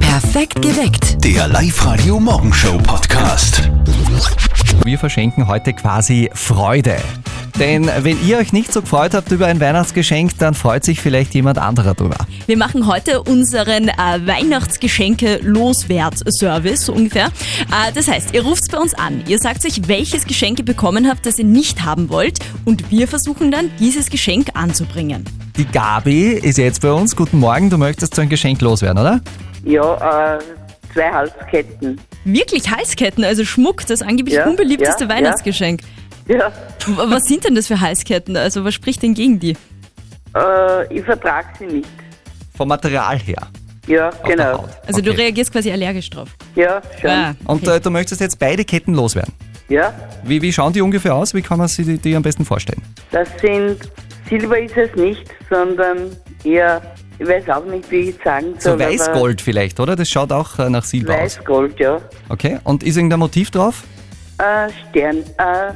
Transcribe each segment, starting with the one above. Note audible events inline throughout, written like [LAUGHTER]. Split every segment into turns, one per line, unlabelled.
Perfekt geweckt.
Der Live-Radio Morgenshow Podcast.
Wir verschenken heute quasi Freude. Denn wenn ihr euch nicht so gefreut habt über ein Weihnachtsgeschenk, dann freut sich vielleicht jemand anderer drüber.
Wir machen heute unseren äh, Weihnachtsgeschenke-Loswert-Service so ungefähr. Äh, das heißt, ihr ruft bei uns an, ihr sagt euch, welches Geschenk ihr bekommen habt, das ihr nicht haben wollt und wir versuchen dann, dieses Geschenk anzubringen.
Die Gabi ist jetzt bei uns. Guten Morgen, du möchtest so ein Geschenk loswerden, oder?
Ja, äh, zwei Halsketten.
Wirklich Halsketten, also Schmuck, das angeblich
Ja,
unbeliebteste
ja,
Weihnachtsgeschenk.
Ja,
W- Was sind denn das für Halsketten? Also was spricht denn gegen die?
äh, ich vertrag sie nicht.
Vom Material her.
Ja,
auf der
genau.
Haut.
Also du
Okay.
reagierst quasi allergisch drauf.
Ja, schon.
Ah,
Und
okay.
äh, du möchtest jetzt beide Ketten loswerden.
Ja,
Wie, wie schauen die ungefähr aus? Wie kann man sich die, die am besten vorstellen?
das sind, Silber ist es nicht, sondern eher, ich weiß auch nicht, wie ich sagen
So
soll. aber
Weißgold vielleicht, oder? Das schaut auch äh, nach Silber aus.
Weißgold, ja.
Okay, und ist irgendein Motiv drauf?
Äh, Stern, äh,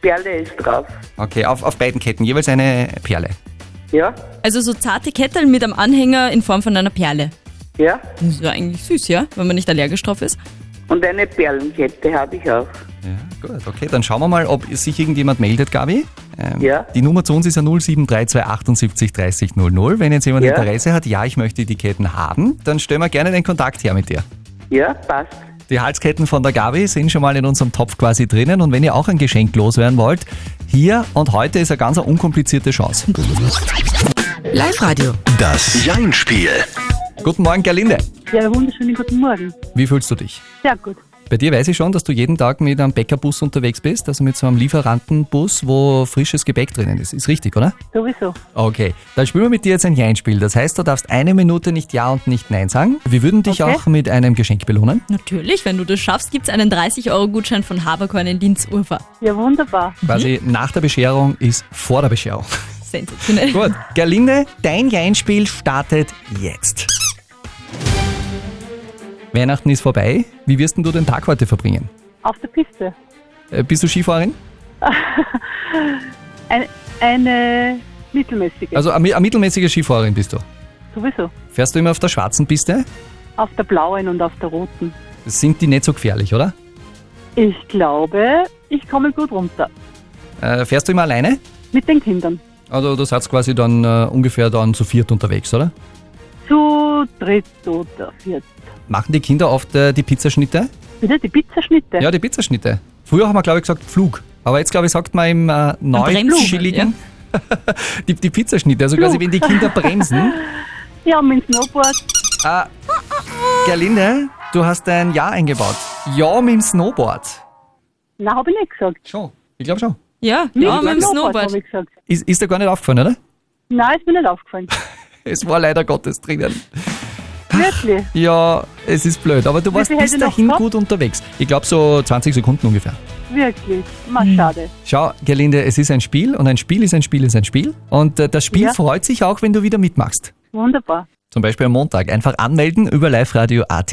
Perle ist drauf.
Okay, auf, auf beiden Ketten jeweils eine Perle.
Ja,
Also so zarte Ketteln mit einem Anhänger in Form von einer Perle.
ja.
Das ist ja eigentlich süß, ja? Wenn man nicht allergisch drauf ist.
Und eine Perlenkette habe ich auch.
Ja, gut, okay, dann schauen wir mal, ob sich irgendjemand meldet, Gabi. Ähm,
Ja.
Die Nummer zu uns ist ja 0732 78 30 00. Wenn jetzt jemand
Ja.
Interesse hat, ja, ich möchte die Ketten haben, dann stellen wir gerne den Kontakt her mit dir.
Ja, passt.
Die Halsketten von der Gabi sind schon mal in unserem Topf quasi drinnen und wenn ihr auch ein Geschenk loswerden wollt, hier und heute ist eine ganz unkomplizierte Chance.
Live-Radio.
Das Jein-Spiel.
Guten Morgen, Gerlinde.
Ja, wunderschönen guten Morgen.
Wie fühlst du dich?
Sehr gut.
Bei dir weiß ich schon, dass du jeden Tag mit einem Bäckerbus unterwegs bist, also mit so einem Lieferantenbus, wo frisches Gebäck drinnen ist. Ist richtig, oder?
Sowieso.
Okay, dann spielen wir mit dir jetzt ein Jein-Spiel. Das heißt, du darfst eine Minute nicht Ja und nicht Nein sagen. Wir würden dich
Okay.
auch mit einem Geschenk belohnen.
Natürlich, wenn du das schaffst, gibt's einen 30-Euro-Gutschein von Haberkorn in Linz-Urfer.
Ja, wunderbar.
Mhm.
Quasi nach der Bescherung ist vor der Bescherung.
Sensationell.
Gut, Gerlinde, dein Jein-Spiel startet jetzt. Weihnachten ist vorbei. Wie wirst denn du den Tag heute verbringen?
Auf der Piste.
Äh, Bist du Skifahrerin?
Ein, eine mittelmäßige.
Also eine mi- eine mittelmäßige Skifahrerin bist du.
Sowieso.
Fährst du immer auf der schwarzen Piste?
Auf der blauen und auf der roten.
Sind die nicht so gefährlich, oder?
Ich glaube, ich komme gut runter.
Äh, fährst du immer alleine?
Mit den Kindern.
Also du seid quasi dann äh, ungefähr dann zu viert unterwegs, oder?
Zu dritt oder viert.
Machen die Kinder oft äh, die Pizzaschnitte?
Bitte die Pizzaschnitte.
Ja, die Pizzaschnitte. Früher haben wir, glaube ich, gesagt Flug. Aber jetzt, glaube ich, sagt man im äh,
Bremsen,
Neuschilligen [LAUGHS] die, die Pizzaschnitte. Also quasi, wenn die Kinder bremsen.
ja mit dem Snowboard.
äh, [LAUGHS] Gerlinde, du hast ein Ja eingebaut. Ja mit dem Snowboard.
Nein, habe ich nicht gesagt.
Schon. Ich glaube schon.
Ja,
Mit
ja, mit dem
habe
Snowboard.
ich gesagt.
Ist, ist dir gar nicht aufgefallen, oder?
Nein, ist mir nicht aufgefallen.
Es war leider Gottes drinnen.
Wirklich.
Ja, es ist blöd, aber du warst
viel hätte
bis
ich noch
dahin
gehabt?
gut unterwegs. Ich glaube so 20 Sekunden ungefähr.
Wirklich. Ma, schade.
Schau, Gerlinde, es ist ein Spiel und ein Spiel ist ein Spiel ist ein Spiel. Und äh, das Spiel
Ja.
freut sich auch, wenn du wieder mitmachst.
Wunderbar.
Zum Beispiel am Montag. Einfach anmelden über liveradio.at.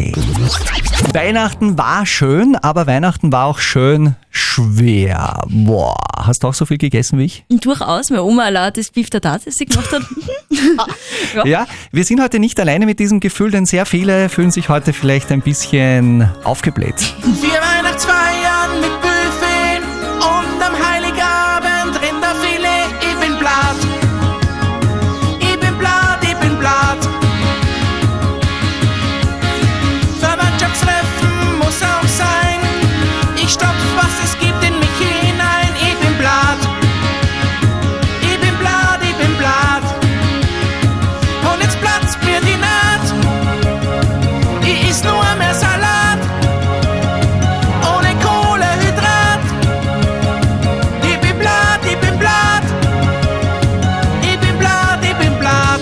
Weihnachten war schön, aber Weihnachten war auch schön schwer. Boah, hast du auch so viel gegessen wie ich?
Durchaus, meine Oma erlaubt das Beef Tatar, das
[LAUGHS]
sie gemacht hat. ja.
Ja, wir sind heute nicht alleine mit diesem Gefühl, denn sehr viele fühlen sich heute vielleicht ein bisschen aufgebläht.
Wir Weihnachtsfeiern mit Buffet und am Heiligabend Rinderfilet. Ich bin blatt, ich bin blatt, ich bin blatt. Verwandtschaftstreffen muss auch sein. Ich stopf, was es gibt in mich hinein. Ich bin blatt, ich bin blatt, ich bin blatt. Und jetzt platzt mir die Naht. Ich is nur mehr Salat ohne Kohlehydrat. Ich bin blatt, ich bin blatt. Ich bin blatt, ich bin blatt.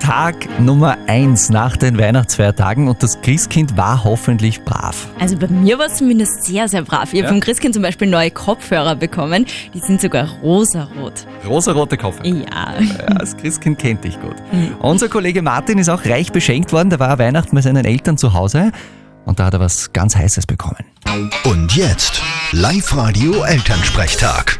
Tag Nummer eins nach den Weihnachtsfeiertagen und das Christkind war hoffentlich brav.
Also bei mir war es zumindest sehr, sehr brav. Ich
Ja.
habe vom Christkind zum Beispiel neue Kopfhörer bekommen. Die sind sogar rosarot.
Rosarote Kopf.
Ja.
Ja, das Christkind kennt dich gut. Unser Kollege Martin ist auch reich beschenkt worden. Da war er Weihnachten bei seinen Eltern zu Hause und da hat er was ganz Heißes bekommen.
Und jetzt Live-Radio Elternsprechtag.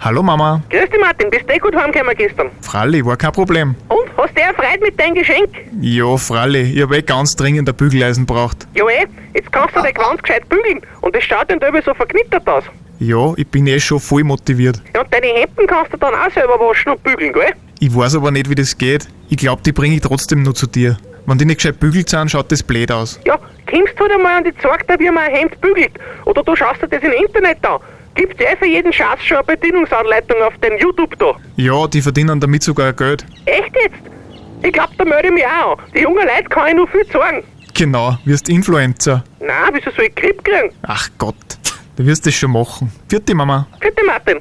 Hallo Mama.
Grüß dich, Martin. Bist du eh gut heimgekommen gestern?
Fralli, war kein Problem.
Und, hast du dich erfreut mit deinem Geschenk?
Jo, Fralli, ich hab eh ganz dringend ein Bügeleisen braucht.
Ja eh, jetzt kannst du dein Glanz gescheit bügeln und es schaut dann dabei so verknittert aus.
Ja, ich bin eh schon voll motiviert.
Ja, und deine Hemden kannst du dann auch selber waschen und bügeln, gell?
Ich weiß aber nicht, wie das geht. Ich glaub, die bringe ich trotzdem nur zu dir. Wenn die nicht gescheit bügelt sind, schaut das blöd aus.
Ja, kommst halt einmal und ich zeig dir, wie man ein Hemd bügelt. Oder du schaust dir das im Internet an. Gibt's eh für jeden Schatz schon eine Bedienungsanleitung auf dem YouTube da.
Ja, die verdienen damit sogar Geld.
Echt jetzt? Ich glaub, da melde ich mich auch an. Die jungen Leute kann ich nur viel sagen.
Genau, wirst Influencer.
Nein, wieso soll ich Grip kriegen?
Ach Gott, du wirst das schon machen. Vierte Mama.
Bitte, Martin.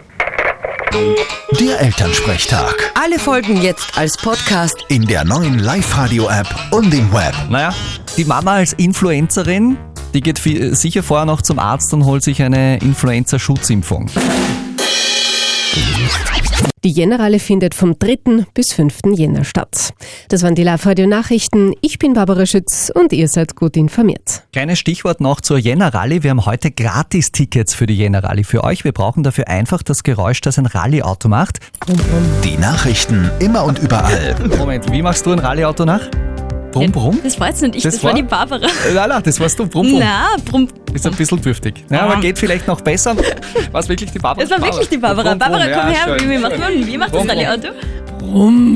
Der Elternsprechtag.
Alle Folgen jetzt als Podcast.
In der neuen Live-Radio-App und im Web.
Naja, die Mama als Influencerin, die geht vi- sicher vorher noch zum Arzt und holt sich eine Influenza-Schutzimpfung.
Die Generale findet vom 3. bis 5. Jänner statt. Das waren die Live-Radio-Nachrichten. Ich bin Barbara Schütz und ihr seid gut informiert.
Kleines Stichwort noch zur Jänner-Rallye. Wir haben heute Gratis-Tickets für die Jänner-Rallye für euch. Wir brauchen dafür einfach das Geräusch, das ein Rallye-Auto macht.
Die Nachrichten immer und überall.
Moment, wie machst du ein Rallye-Auto nach? Brumm, brumm?
Das war jetzt nicht ich,
Das
das, war
war-
die Barbara.
Nein, nein, das warst du. Brumm, brumm.
Na, brumm.
Ist ein bisschen dürftig. Ja, aber geht vielleicht noch
[LAUGHS]
besser. War es wirklich die Barbara?
Das war wirklich die Barbara.
Brumm, brumm,
Barbara, komm
ja,
her,
schön,
wie macht
schön.
man, wie macht das
Brumm, brumm.
Rallye-Auto?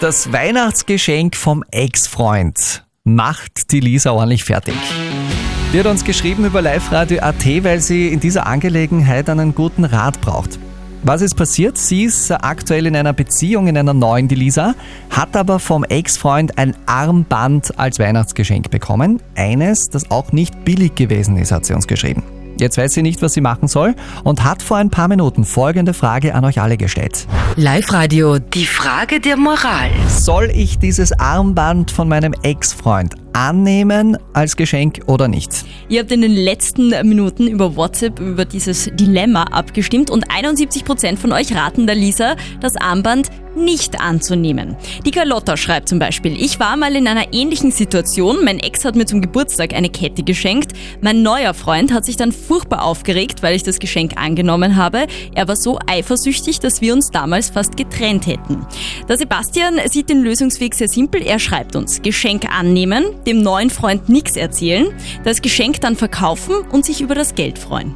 Das Weihnachtsgeschenk vom Ex-Freund macht die Lisa ordentlich fertig. Die hat uns geschrieben über liveradio.at, weil sie in dieser Angelegenheit einen guten Rat braucht. Was ist passiert? Sie ist aktuell in einer Beziehung, in einer neuen, die Lisa, hat aber vom Ex-Freund ein Armband als Weihnachtsgeschenk bekommen. Eines, das auch nicht billig gewesen ist, hat sie uns geschrieben. Jetzt weiß sie nicht, was sie machen soll und hat vor ein paar Minuten folgende Frage an euch alle gestellt.
Live-Radio. Die Frage der Moral.
Soll ich dieses Armband von meinem Ex-Freund annehmen als Geschenk oder nicht?
Ihr habt in den letzten Minuten über WhatsApp über dieses Dilemma abgestimmt und 71% von euch raten der Lisa, das Armband nicht anzunehmen. Die Carlotta schreibt zum Beispiel, ich war mal in einer ähnlichen Situation, mein Ex hat mir zum Geburtstag eine Kette geschenkt, mein neuer Freund hat sich dann furchtbar aufgeregt, weil ich das Geschenk angenommen habe, er war so eifersüchtig, dass wir uns damals fast getrennt hätten. Der Sebastian sieht den Lösungsweg sehr simpel, er schreibt uns, Geschenk annehmen, dem neuen Freund nichts erzählen, das Geschenk dann verkaufen und sich über das Geld freuen.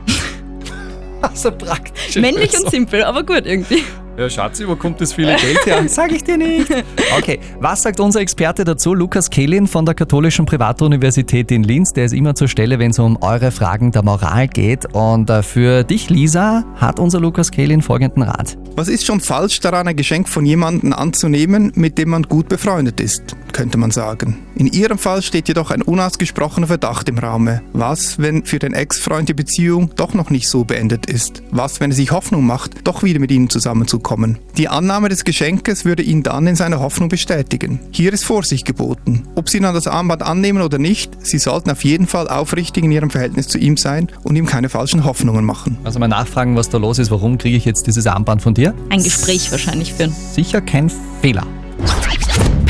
Also praktisch.
Männlich und simpel, aber gut irgendwie.
Ja, Schatzi, wo kommt das viele Geld her? Sag ich dir nicht. Okay, was sagt unser Experte dazu? Lukas Kehlin von der Katholischen Privatuniversität in Linz. Der ist immer zur Stelle, wenn es um eure Fragen der Moral geht. Und äh, für dich, Lisa, hat unser Lukas Kehlin folgenden Rat.
Was ist schon falsch daran, ein Geschenk von jemandem anzunehmen, mit dem man gut befreundet ist, könnte man sagen. In ihrem Fall steht jedoch ein unausgesprochener Verdacht im Raume. Was, wenn für den Ex-Freund die Beziehung doch noch nicht so beendet ist? Was, wenn er sich Hoffnung macht, doch wieder mit ihnen zusammenzukommen? Die Annahme des Geschenkes würde ihn dann in seiner Hoffnung bestätigen. Hier ist Vorsicht geboten. Ob sie dann das Armband annehmen oder nicht, sie sollten auf jeden Fall aufrichtig in ihrem Verhältnis zu ihm sein und ihm keine falschen Hoffnungen machen.
Also mal nachfragen, was da los ist. Warum kriege ich jetzt dieses Armband von dir?
Ein Gespräch wahrscheinlich führen.
Sicher kein Fehler.